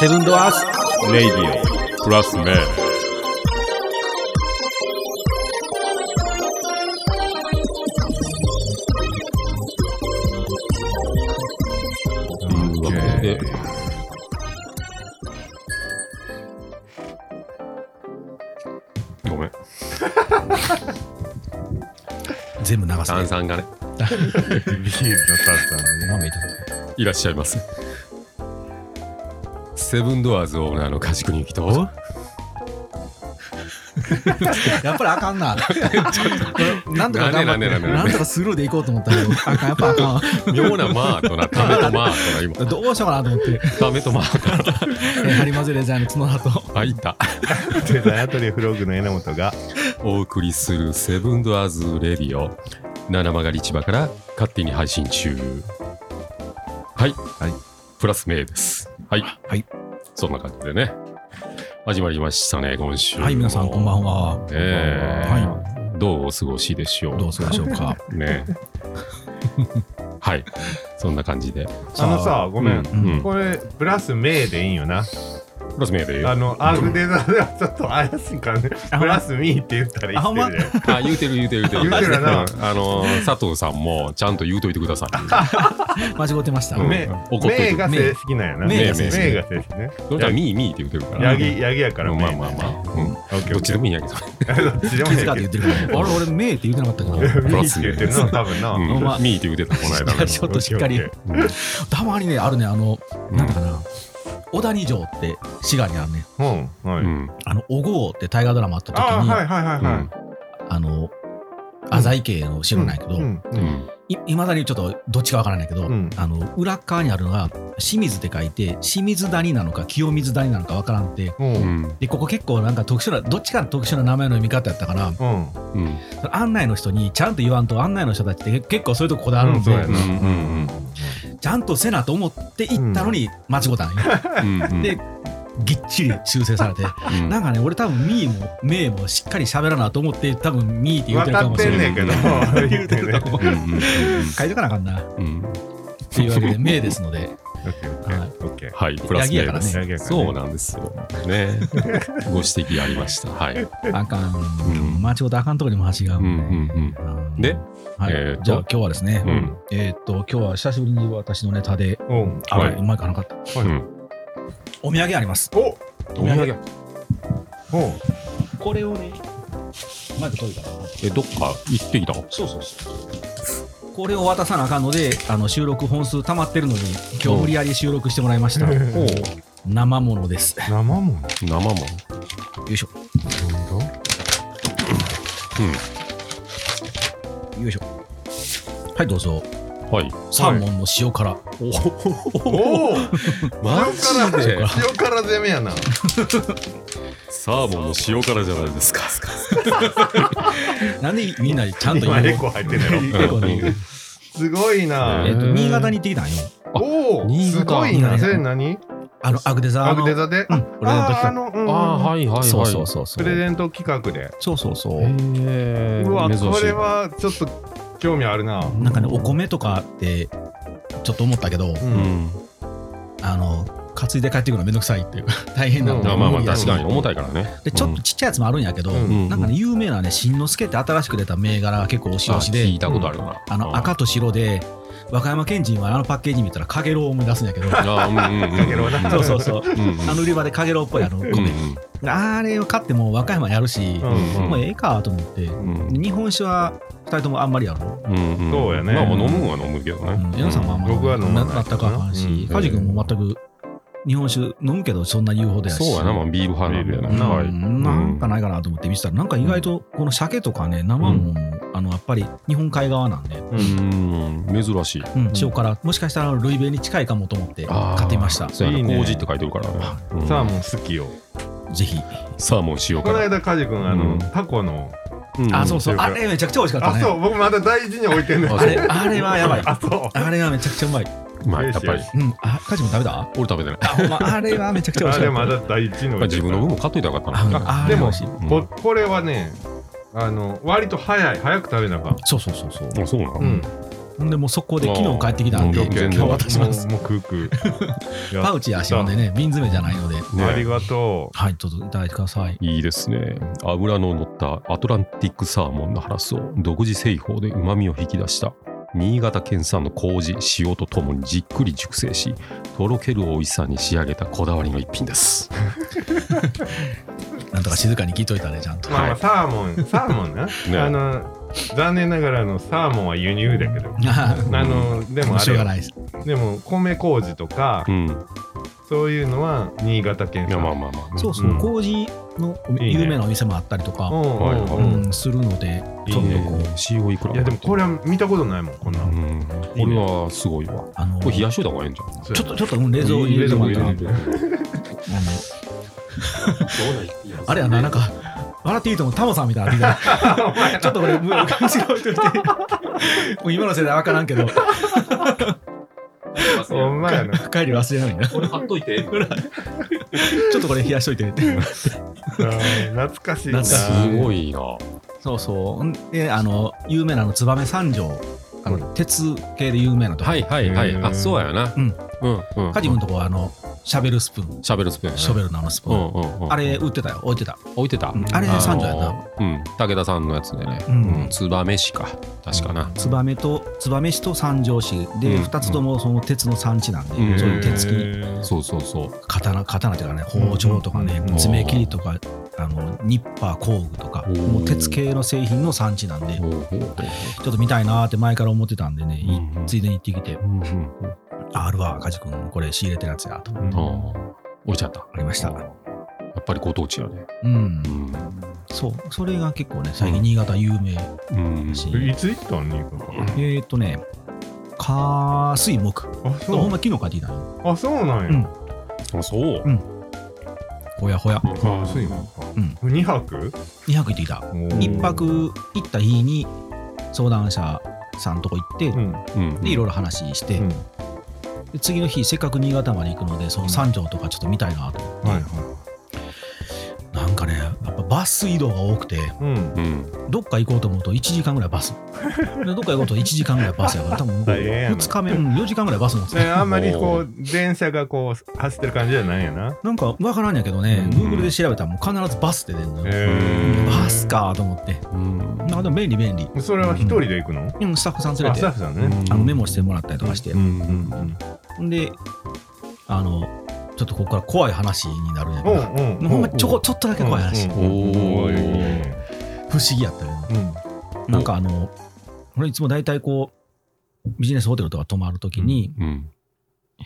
セブンドアースレイディオプラスメンというわけで、ごめん全部流す、炭酸がねビールのタンさんね。豆いただいらっしゃいますセブンドアーズオーナーの家畜に来とやっぱりあかん な。これなんとか頑張なっんでなて、んでなんでなんとかスルーでいこうと思ったけど、あかん、やっぱあかんわ。 妙なマートなためとマートな今 どうしようかなと思って、ためとマートえー、ハリマズレザーの角田と、なあいたデザイアトリーフロッグの榎本が、お送りするセブンドアーズレディオ七曲り市場から勝手に配信中はい、はいプラス名ですはい、はい、そんな感じでね始まりましたね今週もはい、皆さんこんばんは。ええはどうお過ごしでしょい、どうするでしょうか。うねはいそんな感じであのさ、ごめん。うんうんこれ、プラス名でいいんよな。プラス名でああの、アーグデザーではちょっと怪しいからね。あプラスミーって言ったらいいあほんまってるであ言うてる言うてる言うてる言うてるなあの佐藤さんもちゃんと言うといてください間違ってました。うんめ怒っといて名が正式なんやな。名が正式名が正式ね。それじゃミーミーって言うてるからヤギ、ヤギやから。まあまあまあ、うんあ。オッケーどオっッちでケー。もいいんやけどね。どっちでも気いいづかって言ってるから。あれ、俺、めーって言ってなかったから。ミーって言ってるな、多分な。うんまあミーって言うてた、この間の。ちょっとしっかりオッケーたまにね、あるね、あの、うんなんだかな、小谷城って滋賀にあるね、うん、はうい。ん。あの、おごうって大河ドラマあった時に、ああ、あ,、はいはいはいはい。の、浅井家のう城なんやけど、んううんん。いいまだにちょっとどっちかわからないけど、うんあの裏側にあるのが清水って書いて清水谷なのか清水谷なのかわからんってうん。う。うんん。でここ結構なんか特殊などっちかの特殊な名前の読み方やったからうん。うん。その案内の人にちゃんと言わんと案内の人たちって結構そういうとここだわるんで、うんそうやうん。うん。ちゃんとせなと思って行ったのに間違ったんよ、うん。でぎっちり修正されてうん、なんかね、俺多分ミーもメイもしっかり喋らなと思って、多分ミーって言って分るかかもっしてれんなねんい。けど、言うてると思う。うん。うん。書いとかなあかんな。っうん。うんていうわけで、メイですので、オッケーオッケーオッケー。はい、プラス名ですヤギやからね。そうなんですよ。ね。ご指摘ありました。はい。 うあかうんん。間違うとあかんとこにも橋があるん。うんで。ん。うんで、はいえーとじゃあ今日はですね、うん。うん。えーっと、今日は久しぶりに私のネタで、うん。あ、はいうまくなかった。うん。お土産あります。おおお土産。おこれをね、マイク取るから。え、どっか行ってきたそうそうそう。これを渡さなあかんので、あの収録本数溜まってるのに、今日無理やり収録してもらいました。生ものです。よ生もんない生もん。いしょ。んだよいしょ。はい、どうぞ。うん。はい。サーモンの塩辛。おおマ塩辛ジで塩辛攻めやな。サーモンの塩辛じゃないですか。なんでみんなちゃんと今言うエのコ入ってんねや エろコで言う すごいええな。っと、新潟に行ってきたんよ。おお新潟すごいな。それ何あの、アグデザアーグの。デザでうん、俺の時あーあかの、うんああ、はいはいはい。そうそうそうそプレう。ゼント企画で。そうそうそうへう。えうわ、珍しいこれはちょっと興味あるな。なんかね、お米とかって、ちょっと思ったけど、う。うんん、あの、担いで帰ってくるのめんどくさいっていう、 大変なのうんまあまあまあうん確かに重たいからねで、ちょっとちっちゃいやつもあるんやけど、うんうんなんかね、有名なね、しんのすけって新しく出た銘柄が結構押し押しあ聞でい、たことあるなあの、赤と白で、和歌山県人はあのパッケージ見たら、かげろうを思い出すんやけど、あうんうんうんかけろうなそうそうそう。うんうんあの売り場でかげろうっぽいあの米、あれを買っても和歌山やるし、うもん。うええかと思って、うんうん日本酒は2人ともあんまりやろ、うんうんそうやねまあまあ飲むんは飲むけどうねん、矢野さんもあんまり僕は飲まないったかあかんしうん梶君も全く日本酒飲むけどそんな言うほどやしそうやなまあビール派なんだようんなはいなんかないかなと思って見てたらなんか意外とこの鮭とかね生もんもあのやっぱり日本海側なんで、ううんん珍しいうん塩辛もしかしたらルイベに近いかもと思ってあー買ってみましたそうやいいなね麹って書いてるからねうんサーモン好きよ。ぜひサーモン塩この辛間、カジ君、あうんの、タコの。うんあそうそううんあれめちゃくちゃ美味しかったあ、ねそう、僕まだ大事に置いてんねんああれあれはやばい あ、そう。あれはめちゃくちゃうまいまあやっぱりうんあ梶君食べた俺食べてないあ、ほんま、あれはめちゃくちゃ美あ味しれかまっ。だ第一のまあ自分の分も買っといたらよかったたなあでもあれ美味しいここれはねあの割と早い早く食べなあかんそうそうそうそう。あそうなうんのほんでもう速攻で昨日帰ってきたんでもう今日渡しますもうもう 空空パウチやしんでね瓶詰めじゃないのでありがとうはいどうぞいただいてくださいいいですね。油の乗ったアトランティックサーモンのハラスを独自製法で旨味を引き出した新潟県産の麹、塩とともにじっくり熟成し、とろける美味しさに仕上げたこだわりの一品です。なんとか静かに聞いといたねちゃんとまあまはあいサーモンサー モンな、ねあの残念ながらあのサーモンは輸入だけどああのでもああしょうがれないですでも米麹とかうん。いそういうのは新潟県や、産まあまあまあ。そうそう、うん麹のいいね有名なお店もあったりとかうんうんはいはういんうん、するのでいちょっいとねこう塩いくらいやでもこれは見たことないもんこんなうんん。これはすごいわ。あのこれ冷やしといた方がええんじゃん。ちょっとちょっと、うん、冷蔵庫入れてもらったら冷蔵庫入れてうんあれやななんか笑っていいと思うタモさんみたいなってきたちょっとこれもうおかしが置いといてもう今の世代分からんけどお前やな帰り忘れないなこれ貼っといて。ちょっとこれ冷やしといてって懐かしいな 懐かしすごいな。そうそうであの有名なあの燕三条あの、鉄系で有名なとこはいはいはい。うあ、んそうやな。うん。うん。うん。カジ君のとこはあのシャベルスプーンしゃべるスペーン。ショベルのあのスプうーン、んうんうん。あれ売ってたよ置いてた置いてた、うんあれね三条やなのーうん武田さんのやつでねうんうん燕市か確かな、燕と燕市と三条市で、うん二つともその鉄の産地なんで、うんそういうへ手つきーそうそうそう刀刀というかね包丁とかね、うんうん爪切りとかあのニッパー工具とかおーもう鉄系の製品の産地なんでほうほうほうちょっと見たいなーって前から思ってたんでね、いうんうんついでに行ってきてうんうんうんああるわ梶君これ仕入れてるやつやと思ってあー置いちゃったありましたやっぱりご当地やねうんうん、そうそれが結構ね最近新潟有名うん、し、えいつ行ったん新潟えーっとね火水木あほそんま昨日帰ってきたようあそうなんや、うんあそう、うんほやほやああそういうの2泊2泊行ってきた1泊行った日に相談者さんとこ行って、うんうん、でいろいろ話して、うんで次の日せっかく新潟まで行くのでその三条とかちょっと見たいなと思って、はいはなんかねやっぱバス移動が多くていうんうん、どっか行こうと思うと1時間ぐらいバ スでどっか行こうと1時間ぐらいバスやから多分大変やな2日目、うん、4時間ぐらいバス乗ってねたあんまりこう電車がこう走ってる感じじゃないやななんか分からんやけどね、うん Google で調べたらもう必ずバスって出るのよ、へバスかと思ってうんなんかでも便利便利えそれは一人で行くのうんスタッフさん連れあてスタッフさんねあのメモしてもらったりとかしてう、んうんうんんであのちょっとここから怖い話になるんやけうど、んうんほんまちょこちょっとだけ怖い話、おおーおいいね不思議やったよ、うんなんかあの俺いつも大体こうビジネスホテルとか泊まるときにうん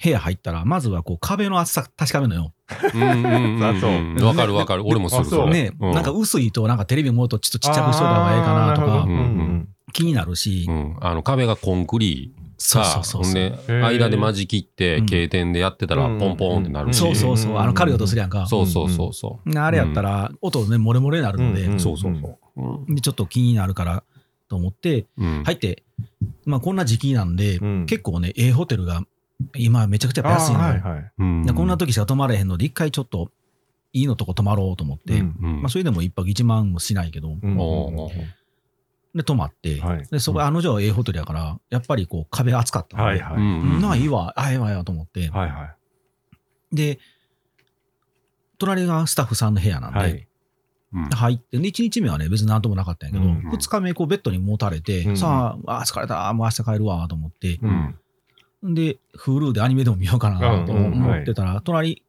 部屋入ったらまずはこう壁の厚さ確かめるのよ、うんうんあそううんわかるわかる俺もするあそうれねうなんか薄いとなんかテレビ持るとちょっとちっちゃくしといた方がええかなとあーるほかどうん気になるし、うん、あの壁がコンクリそうそさうそうほそんう、でー間で間仕切ってうん経点でやってたらうんポンポンってなるし、そうそうそうあの狩りようとするやんか、そうそうそうそなあれやったら音ね漏れ漏れになるので,、うんうんそうそうそう。うんでちょっと気になるからと思ってうん入って、まあ、こんな時期なんで、うん結構ね、A ホテルが今めちゃくちゃあ安いーの、はいはいうんでこんな時しか泊まれへんので、一回ちょっといいのとこ泊まろうと思って、うんうんまあ、それでも一泊1万もしないけど、うんおーで、泊まって、はいでそこ、あの定は A ホテルやから、やっぱりこう壁厚かったので、はいはういんうんなあ、いいわ、あ、ええわ、ええわと思って、はいはで、隣がスタッフさんの部屋なんいで、はいうん入って、で、1日目はね、別になんともなかったんやけど、う二ん2日目、こう、ベッドにもたれて、うんさあ、あー、疲れた、もう明日帰るわ、と思って、うんで、Hulu でアニメでも見ようかなとうんうん思ってたら、隣、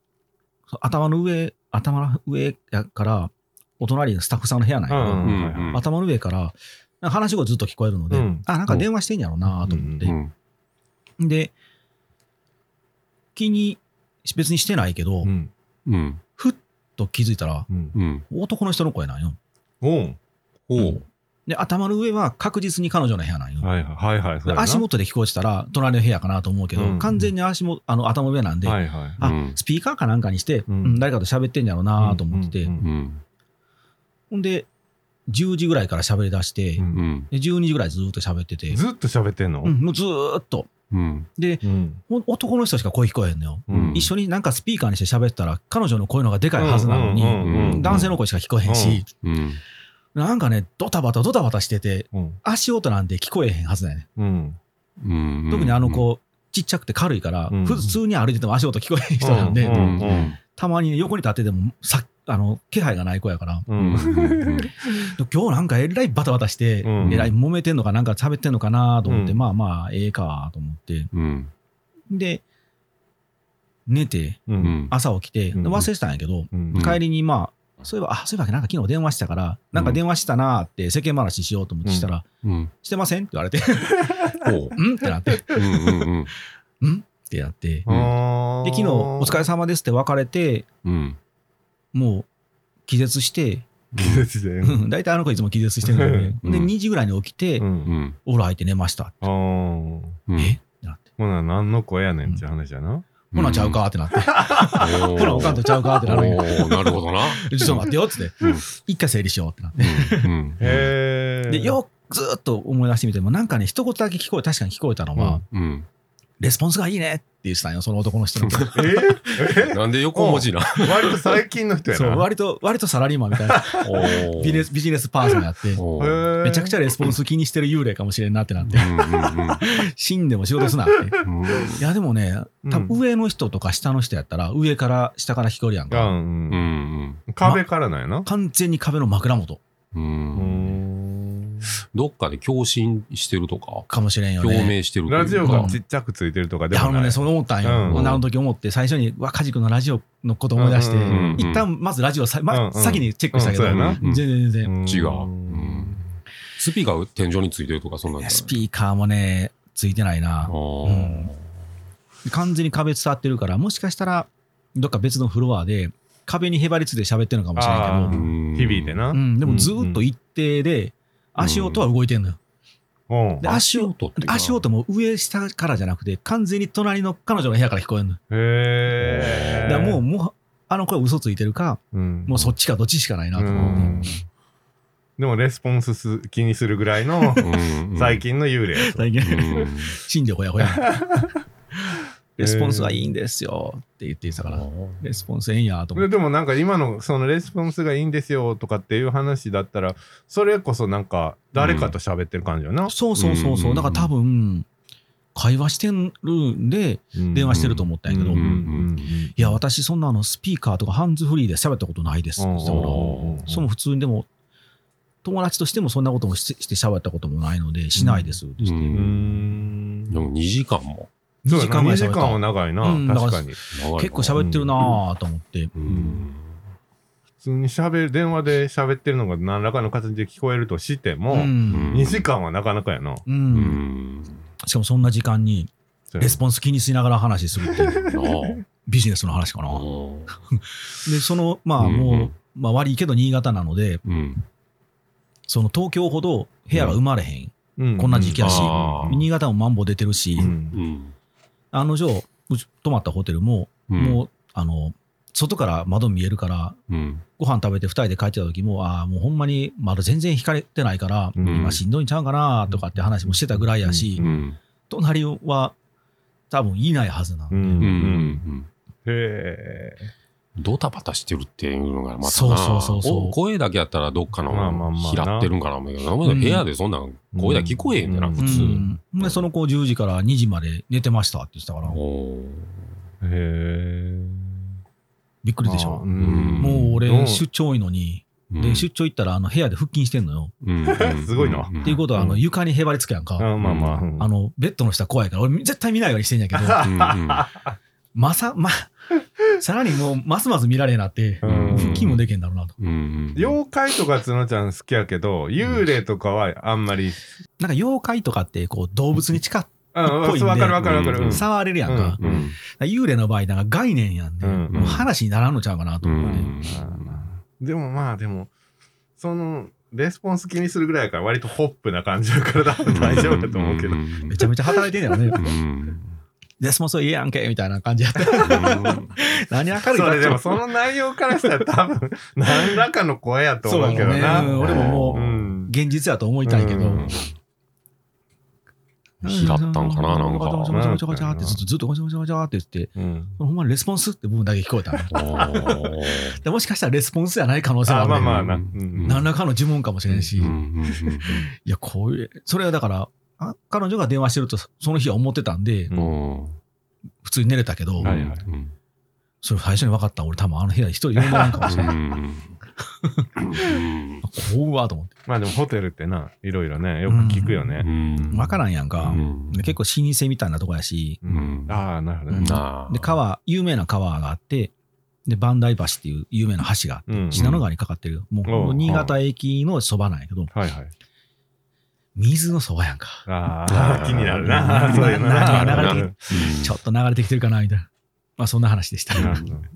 頭の上、頭の上やから、お隣のスタッフさんの部屋なんやけど、うんうんうん頭の上から、なんか話し声ずっと聞こえるので、うんあ、なんか電話してんやろうなと思って、うんで、気に、別にしてないけど、うんうんふっと気づいたら、うんうん男の人の声なんよ。おうおうで、頭の上は確実に彼女の部屋なんよ。はいはいはいはいそうでやな足元で聞こえてたら、隣の部屋かなと思うけど、うん完全に足もあの頭上なんで、はいはいあうんスピーカーかなんかにして、うんうん誰かと喋ってんやろうなと思ってて、うんうんほんで、10時ぐらいから喋り出して、うんうんで12時ぐらいずーっと喋ってて、ずっと喋ってんのうん、もうずーっと。うんで、うんほん男の人しか声聞こえへんのよ。うん一緒になんかスピーカーにして喋ったら、彼女の声の方がでかいはずなのに、うんうんうん男性の声しか聞こえへんし、うんなんかね、ドタバタドタバタしてて、うん足音なんて聞こえへんはずだよね。うんうん特にあの子、ちっちゃくて軽いから、うん普通に歩いてても足音聞こえない人なんで、ううんんたまに横に立っててもさあの気配がない子やから、ううんんうん今日なんかえらいバタバタして、うんえらい揉めてんのか、なんか喋ってんのかなと思って、うんまあまあ、ええかと思って、うんで、寝て、ううんん朝起きて、うん忘れてたんやけど、うん帰りにまあ、そういえば、あ、そういえば、なんか昨日電話したから、なんか電話したなーって世間話しようと思ってしたら、うんしてませんって言われて、おううんってなって、うんうんうんうんってなって、で、あー昨日、お疲れ様ですって別れて、うんもう、気絶して、季節でうん 大体あの子いつも気絶してるので、うんで、2時ぐらいに起きてう、うんんお風呂入って寝ました。あーうんえってなって、ほな何の子やねんって話やなほなちゃうかってなって、 おうほなおかんとちゃうかってなるんや。おうなるほどなちょっと待ってよっつってうん、一回整理しようってなって。うんへえで、よくずーっと思い出してみても、なんかね、一言だけ聞こえ、確かに聞こえたのは、うんレスポンスがいいねって言ってたんよ、その男の人の。えーなんで横文字なえ割と最近の人や そうな割と、割とサラリーマンみたいなビジネスビジネスパーソンやって、おううんへえめちゃくちゃレスポンス気にしてる幽霊かもしれんなってなって、死んでも仕事すなって。うんうんいや、でもね、多分上の人とか下の人やったら、上から下から聞こえるやんあか。 うんうんうん壁からなんやな完全に壁の枕元うんうーんどっかで共振してるとか、かもしれんよ共ね。鳴してるというかラジオがちっちゃくついてるとかいでや、も俺もなね、いそう思ったんよ。うん女の時思って、最初に、わ、カジ君のラジオのこと思い出して、うんうんうん一旦まずラジオさ、うんまうん先にチェックしたけど、うんそうやな全然全然。違う。うんスピーカー天井についてるとか、そんなんじゃないスピーカーもね、ついてないなあ。うん完全に壁伝わってるから、もしかしたら、どっか別のフロアで、壁にへばりついて喋ってるのかもしれなあいけど、ーー響いて。なうん、でもずーっと一定で、ん足音は動いてんのよ。うんで、足音、音ってか足音も上下からじゃなくて、完全に隣の彼女の部屋から聞こえるのよ。へえだからもう、もう、あの声嘘ついてるか、うんもうそっちかどっちしかないなとう思って。んでもレスポンスす気にするぐらいのうん 最。近の幽霊やと最近うん死んでほやほや。レスポンスはいいんですよって言っていたから、レスポンスええんやと思っでて。でもなんか今のそのレスポンスがいいんですよとかっていう話だったらそれこそなんか誰かと喋ってる感じよな、そうそうそううそんう。だから多分、会話してるんで、電話してると思ったんやけど、うんうんいうんや、私、そんなあのスピーカーとかハンズフリーで喋ったことないですって言ってたからうんその普通にでも、友達としてもそんなこともしして喋ったこともないので、しないですってう言って。うんんでも2時間も。そ2う時や間なぐらい2時喋っ間はた。長いな、うん確かに長いな結構喋ってるなぁと思って。うん普通に喋る電話で喋ってるのが何らかの形で聞こえるとしても、うん。 2時間はなかなかやな、う。うんんしかもそんな時間に、そうやなレスポンス気にしながら話するって いう、なビジネスの話かな。あで、その、まあうんうんもう、まあ悪いけど新潟なので、うんその東京ほど部屋が生まれへん。うんこんな時期やしあー新潟もマンボウ出てるし、うんあの女、うち泊まったホテルも、うんもう、あの、外から窓見えるから、うんご飯食べて2人で帰ってた時も、ああ、もうほんまにまだ全然引かれてないから、うん今しんどいんちゃうかなとかって話もしてたぐらいやし、うん隣は多分いないはずな。ううんんううんんへえドタバタしてるっていうのがまたなそうそうそうそうお声だけやったらどっかのまあまあまあな拾ってるんかな思うけど、うん部屋でそんなん声だけ聞こえへんねんな、うん普通。うんで、その子10時から2時まで寝てましたって言ってたから、おーへえびっくりでしょう。んもううん俺、出張多いのに、うんで、出張行ったら、あの、部屋で腹筋してんのよ。うんうんすごいなうんっていうことは、あうの、ん床にへばりつくやんか。あまあまあ、うんあの、ベッドの下怖いから、俺絶対見ないようにしてんやけど、うんうん まさ、ま、さらにもう、ますます見られへんなって、う腹ん筋もできへんだろうなと。うん妖怪とかつのちゃん好きやけど、幽霊とかはあんまり。なんか、妖怪とかって、こう、動物に近うん、ぽいねわかるわかるわかる。ううんん触れるやんか。だかうんら幽霊の場合、なんか概念やんで、うんもう話にならんのちゃうかなとう思って。んでもまあ、でも、その、レスポンス気にするぐらいやから、割とホップな感じやから多分大丈夫だと思うけど。んめちゃめちゃ働いてんやろね う。んで、そもそもええやんけ、みたいな感じやった。何明るい それでも、なその内容からしたら多分、何らかの声やと思うけどな。そうだねうん俺ももううん現実やと思いたいけど。うん拾ったんかななんごちゃか。ごちゃごちゃごちゃごちゃってずっとずっとごちゃごちゃごちゃって言って、うんほんまにレスポンスって部分だけ聞こえたの。おーでもしかしたらレスポンスじゃない可能性もあある、まあまあうんな。ううんん何らかの呪文かもしれんし、うんうんうんいや、こういう、それはだから、あ彼女が電話してるとその日は思ってたんでうう、ん。普通に寝れたけど、はいうんうんそれ最初に分かった俺多分あの部屋一人呼んでないんかもしれない。うん怖うわと思って。まあでもホテルってな、いろいろね、よく聞くよね。うん分からんやんか。うんで結構老舗みたいなとこやし、んうんああ、なるほどうんね。あーで、川、有名な川があって、で、磐梯橋っていう有名な橋があって、うん信濃川にかかってる。もう、うんもう新潟駅のそばなんやけど、はいはい。水のそばやんか。あうあ、ん気になるな。うんそういうのなななななるうんちょっと流れてきてるかな、みたいな。まあ、そんな話でした。ほ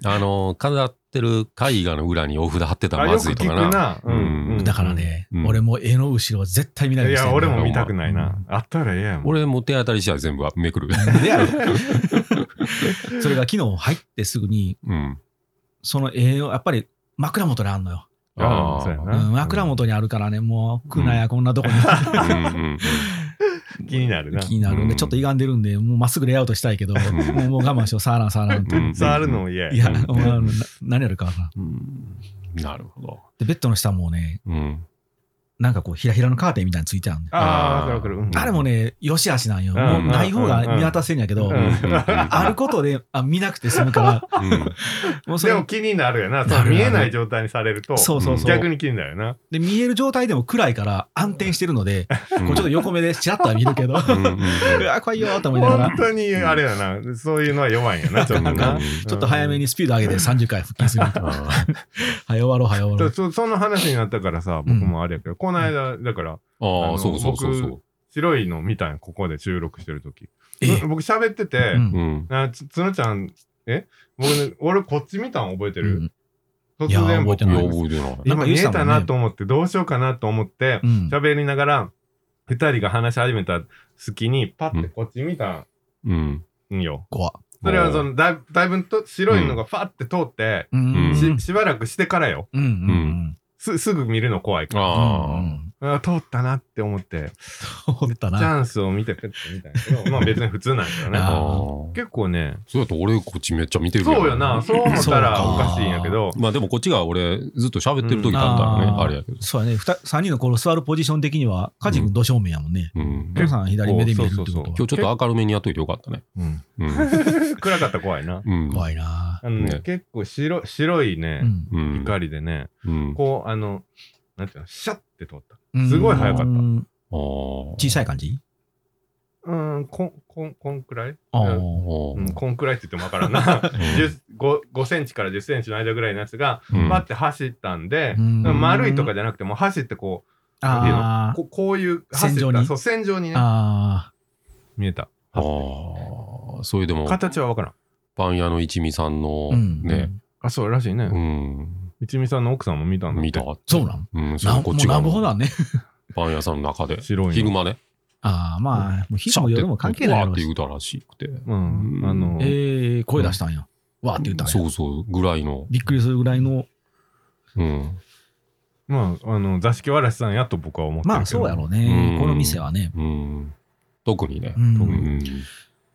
どあの、飾ってる絵画の裏にお札貼ってたあらまよくずいと聞かな。くな。うんうんうんだからね、うん俺も絵の後ろ絶対見ないよういにしてんや、の俺も見たくないな。あったらええやん。俺も手当たり次第全部めくる。でやろ それが昨日入ってすぐに、うん。その絵を、やっぱり枕元にあんのよ。あああ、そうやーうな。ん、枕元にあるからね、もう、くなやこんなとこに。うんうん気になるな。気になるんうで、んちょっと歪んでるんで、もうまっすぐレイアウトしたいけど、んもうもう我慢しよう、触らん、触らんとう。ん うん触るのも嫌いや。や、もうあのな何やるかわからん。うんなるほど。で、ベッドの下もね、うん。なんかこう、ひらひらのカーテンみたいについてあるんで。ああ、あーわかるわかる。うんあれもね、よしあしなんよ。うんもうない方が見渡せんやけどう、んあることであ見なくて済むから、もうそでもれ、気になるよな。なそうる見えない状態にされると、そうそうそう。逆に気になるな。で、見える状態でも暗いから安定してるので、う んこうちょっと横目でちらっとは見るけど、ううんうんうんわ、怖いよーと思いながら本、当にあれやな。そういうのは弱いん やな、ちょっとうな。んちょっと早めにスピード上げて30回復帰すると。あ早終わろう、早終わうろん。う。そその話になったからさ、僕もあれやけど、この間、だかーら、ああー、のそうそうそうそう。白いの見たんやここで収録してる時ええ僕喋っててう、んうん。あつつのちゃん、え僕ね、俺こっち見たん覚えてうる、ん突いや然覚え僕てない覚えてない。なんか今言見うてえたもんねたなと思って、どうしようかなと思ってう、ん喋りながら、二人が話し始めた隙に、パッてこっち見たうん。んよ。怖っそれはその、だいだいぶと白いのがファーって通って、うんうんししばらくしてからよ。うんうんすすぐ見るの怖いから。うんうあんあ通ったなって思って、思ったチな。ャンスを見てくってみたいなけ ど、まあ別に普通なんだよあ。ねあ。ああ。結構ね、そうやと俺こっちめっちゃ見てるけどそうよな、そう思ったらおかしいんやけど、まあでもこっちが俺ずっと喋ってる時だったうよんね。あれやけど。そうやね、3人のこの座るポジション的には、カジ君、ど正面やもんね。うん。お父さん、左目で見えるってことそうそ今うは。日ちょっと明るめにやっといてよかったね。うん うん。暗かったら怖いな。うん。怖いな。あのねね結構白白いねう、んうん。光りでね、うん。こう、あの、なんていうの、シャッて通った。うんすごい早かったうんあー小さい感じうーん、こん、こん、こんくらいああうおーうん、こんくらいって言ってもわからん な。うん10 5, 5センチから10センチの間ぐらいのやつが、うんパッて走ったんで、うん丸いとかじゃなくて、もう走ってこなんていうのあう、ここういう、線走上っにた、そう、線上にーね、あ見えた。あー。それでも、形はわからん。パン屋の一味さんのー。うんね、あ、そうらしいねう。ん。一味さんの奥さんも見たんだって見た。そうなんうん、そなれんこもうっちな側んぼほどのあんね。 パン屋さんの中で。白いの昼間ね。ああ、まあ、もう昼もシャッて夜も関係ないやわーろっうてし言うたらしくて。うん。あの、ええ、声出したんや。わーって言ったんや。そうそう、ぐらいの。びっくりするぐらいの、うん。まあ、あの、座敷わらしさんやと僕は思ってるけど。まあそうやろうねう。んこの店はね。うん。特にねう。ん特に。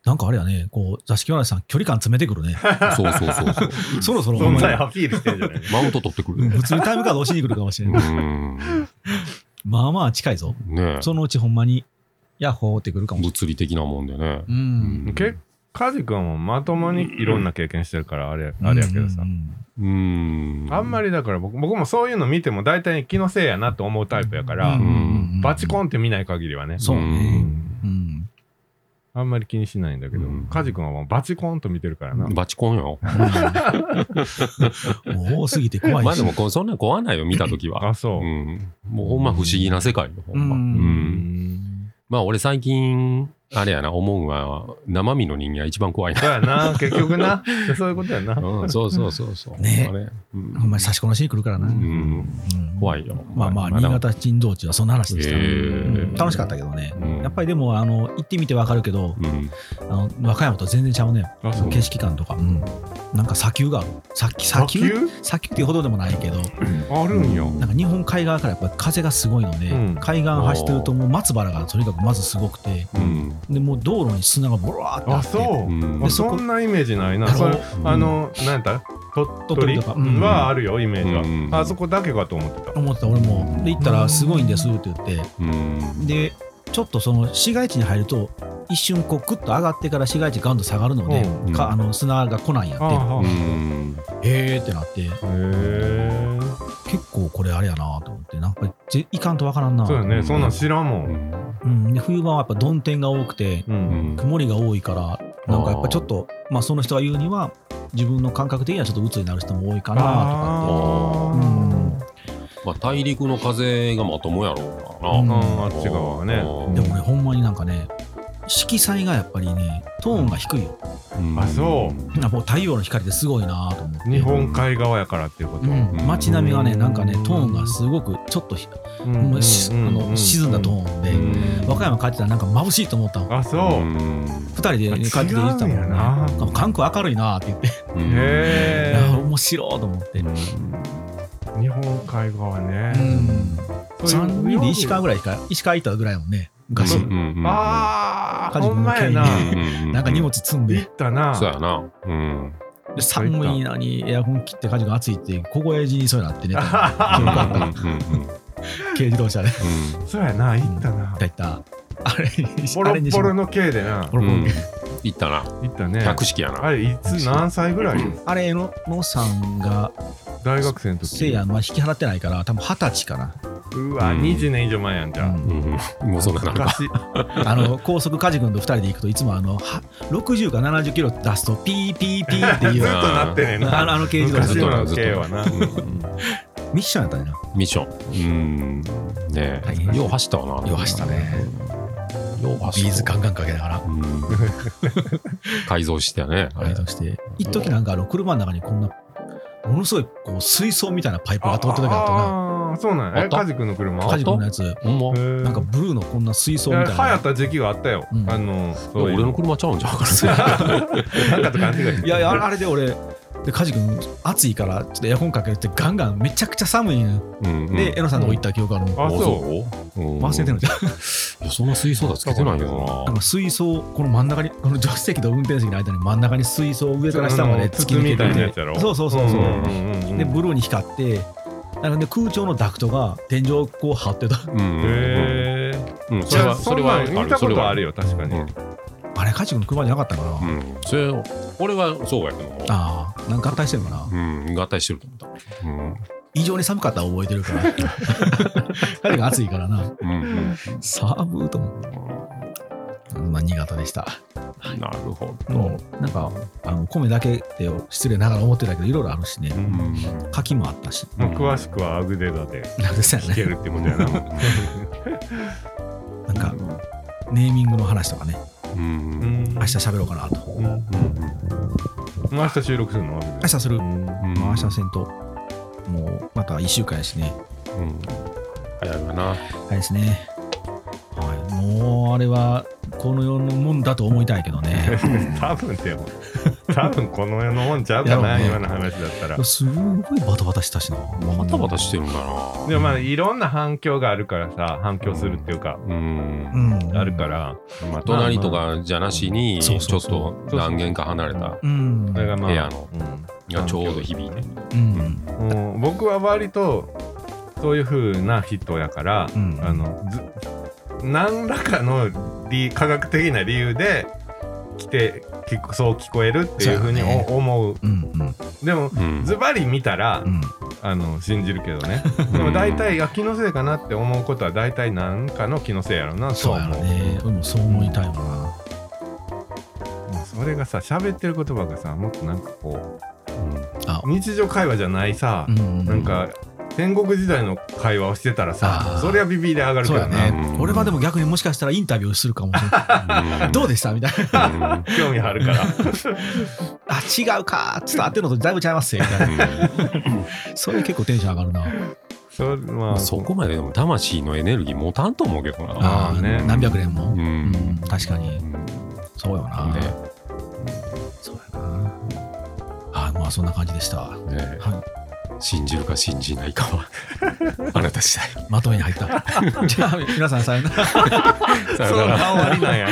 なんかあれやね、こう、座敷わらしさん、距離感詰めてくる ね。そうそうそう そう。そろそろ、そほんんまなににアピールしてんじゃないマウント取ってくるね。普通にタイムカード押しに来るかも しれうない。ん。まあまあ近いぞ。ねそのうちほんまに、ヤッホーってくるかもし物理的なもんでねれ。ない。うん。うん結カジ君はもうまともにいろんな経験してるからあれ,、あれやけどさ、うん。あんまり。りだから僕僕もそういうの見ても大体気のせいやなと思うタイプやから、んバチコンンって見ない限りはねそうね。うん。あんまり気にしないんだけど、うんカジ君はもうバチコンと見てるからな、バチコンよ。もう 多すぎて怖いし。まあでもこう、そんな怖ないよ、見たときは。あそうう、ん。もうほんま不思議な世界よ、ほんま。うんうん。まあ俺最近、あれやな、思うのは、生身の人間が一番怖いなそう。やな結局なそういうことやな、うん、そうそうそうそう。ねほんまねうんほんまに差しこなしに来るからな。うん。怖い。いよ。まあまあ、新潟珍道中はそんな話でした。うへーん楽しかったけどね。うんやっぱりでも、あの、行ってみてわかるけど、うん。あの和歌山と全然ちゃうね。あそう景色感とか。うんなんか砂丘がある。砂砂丘砂丘砂丘っていうほどでもないけど、あるんよ、なんか日本海側からやっぱり風がすごいので、うん海岸走ってるともう松原がとにかくまずすごくて、うん。でもう道路に砂がボローってああってそう、うんあでそこそんなイメージないなだそろれあの何やった鳥取鳥取とかうんはあるよイメージは、うんあそこだけかと思ってた思ってた俺もで行ったらすごいんですって言ってうん。でちょっとその市街地に入ると一瞬こうクッと上がってから市街地ガンと下がるので、うんかあの砂が来ないんやあっあうああんてへえってなってへえ結構これあれやなと思ってなんかぜいかんとわからんなそうよね、うんそんなん知らんも。うんんうん、で冬場はやっぱ曇天が多くてう。うんん曇りが多いからなんかやっぱちょっとまあその人が言うには自分の感覚的にはちょっと鬱になる人も多いかなとかってあまあ、大陸の風がまともやろうからうーな、んあー、あっち側はね。うんでもね、ほんまになんかね、色彩がやっぱりね、トーンが低いよ。うんあそなもう太陽の光ですごいなと思って。日本海側やからっていうこうと。ん、街並みがね、なんかね、トーンがすごくちょっとひ、ほんましあの沈んだトん。ーンで、うん和歌山帰ってたらなんか眩しいと思ったの。あ、そうう。ん二人で帰ってきて言ってたもん違ね。うんやななんか韓国明るいなって言って、うんいへやえ。 面白いと思って。日本海側うね。ん。そういう3人で石川ぐらいしか、石川行ったぐらいやもんね、昔。うんうんうんああ、家事ほもんまやな。経うんうんうんなんか荷物積ん行で、ったな。そうやなうんで寒いのにエアコン切って家事が暑いって、凍え死にそうにな ってね、うんうんうん軽自動車で。 そうやな、行ったな。だいたあれボあロれにしボよロうの系でな。ボロボうロんうん行ったな行ったね。百式やなあれ、いつ何歳ぐらいあれののさんが大学生の時。せいやまあ引き払ってないから多分二十歳かな、うわ、うん20年以上前やんじゃ。うんうんんもうそんななんか昔。あの高速梶君と二人で行くといつもあのは60か70キロ出すとピーピーピーってい ずっとうなってねんあのな。あの軽自動車昔ずっとの系はな。うんミッションやったんやなミッションうんね大変えよう走ったわなよう走ったねよう走ビーったズガンガンかけながらうん 改造してねあラれイドして一時なんかあの車の中にこんなものすごいこう水槽みたいなパイプが通ってたからあったなああ、そうなんや。あえ、ったカジ君の車あ梶君のやつほんまななんかブルーのこんな水槽み流たい行なった時期があったよ。うんあの、いやそうい俺うの車ちゃうんじ ゃうからなんかと勘違いしていやいや、あれあれで俺、で梶君、暑いから、ちょっとエアコンかけるって、ガンガンめちゃくちゃ寒いのようんうんで、エノさんのとこ行った記憶あるもん。ああそうそう、うん忘れてるのじゃん。いやそんな水槽だつけてないよなんか水槽、この真ん中に、この助手席と運転席の間に真ん中に水槽を上から下まで突き抜け筒みたいなてやつやろそうそうそうそう。んんうんうんで、ブルーに光って、なんかね、空調のダクトが天井をこう張ってた。なうんうんうんへえうんそれはそそれれははある見たそこれとはあるよ確かにあれ、梶君の車じゃなかったかな。うん、うん、それ俺はそうやけどああ、なんか合体してるのかな。うん合体してると思ったうん異常に寒かったら覚えてるから。彼が暑いからな。うんうん寒ーと思って。まあ、新潟でした。なるほもどうなんかあの米だけって失礼ながら思ってたけどいろいろあるしねうんうん柿もあったしまあ詳しくはアグデザでなんかそうや聞けねるってことや ななんかネーミングの話とかねうんううんん明日喋ろうかなとうんもう明日収録するのアグ明日する、デうんうんまあ、明日せんともうまた1週間やしねうん早いわなあれですねはいもうあれはこの世のもんだと思いたいけど ね多分だよ多分この世のもんちゃうかやなろ今うねの話だったらすごいバタバタしたしなバタバタしてるんだなでもまあいろんな反響があるからさ反響するっていうかうんうんあるからまあ隣とかじゃなしにちそょうそうっそうと何軒か離れたうんそれがま部あ屋のうんがちょうど響いてうんうん僕は割とそういう風な人やから、うんあのず何らかの理科学的な理由で来て聞くそう聞こえるっていう風におそうやね思ううんうんでもうんズバリ見たら、うんあの信じるけ どねでも大体あ気のせいかなって思うことは大体何かの気のせいやろなとそうはやろ思うね俺もそう思いたいわなもうそれがさ喋ってる言葉がさもっとなんかこあう日常会話じゃないさ、うんなんか戦国時代の会話をしてたらあさーそれはビビりで上がるけそうどやな、ね、うん俺はでも逆にもしかしたらインタビューするかもしれないうんどうでしたみたいなうん興味あるから。あ違うかちょっと合ってるのとだいぶちゃいますよみたいなそれ結構テンション上がるな そうままああそこまででも魂のエネルギー持たんと思うけどな。ああーねー何百年も、ううんん確かにうんそうよな、ねそうやなあーまあそんな感じでした、はねい、信じるか信じないかはあなた次第。まとめに入った じゃあ皆さんさようならそう、終わりなんや。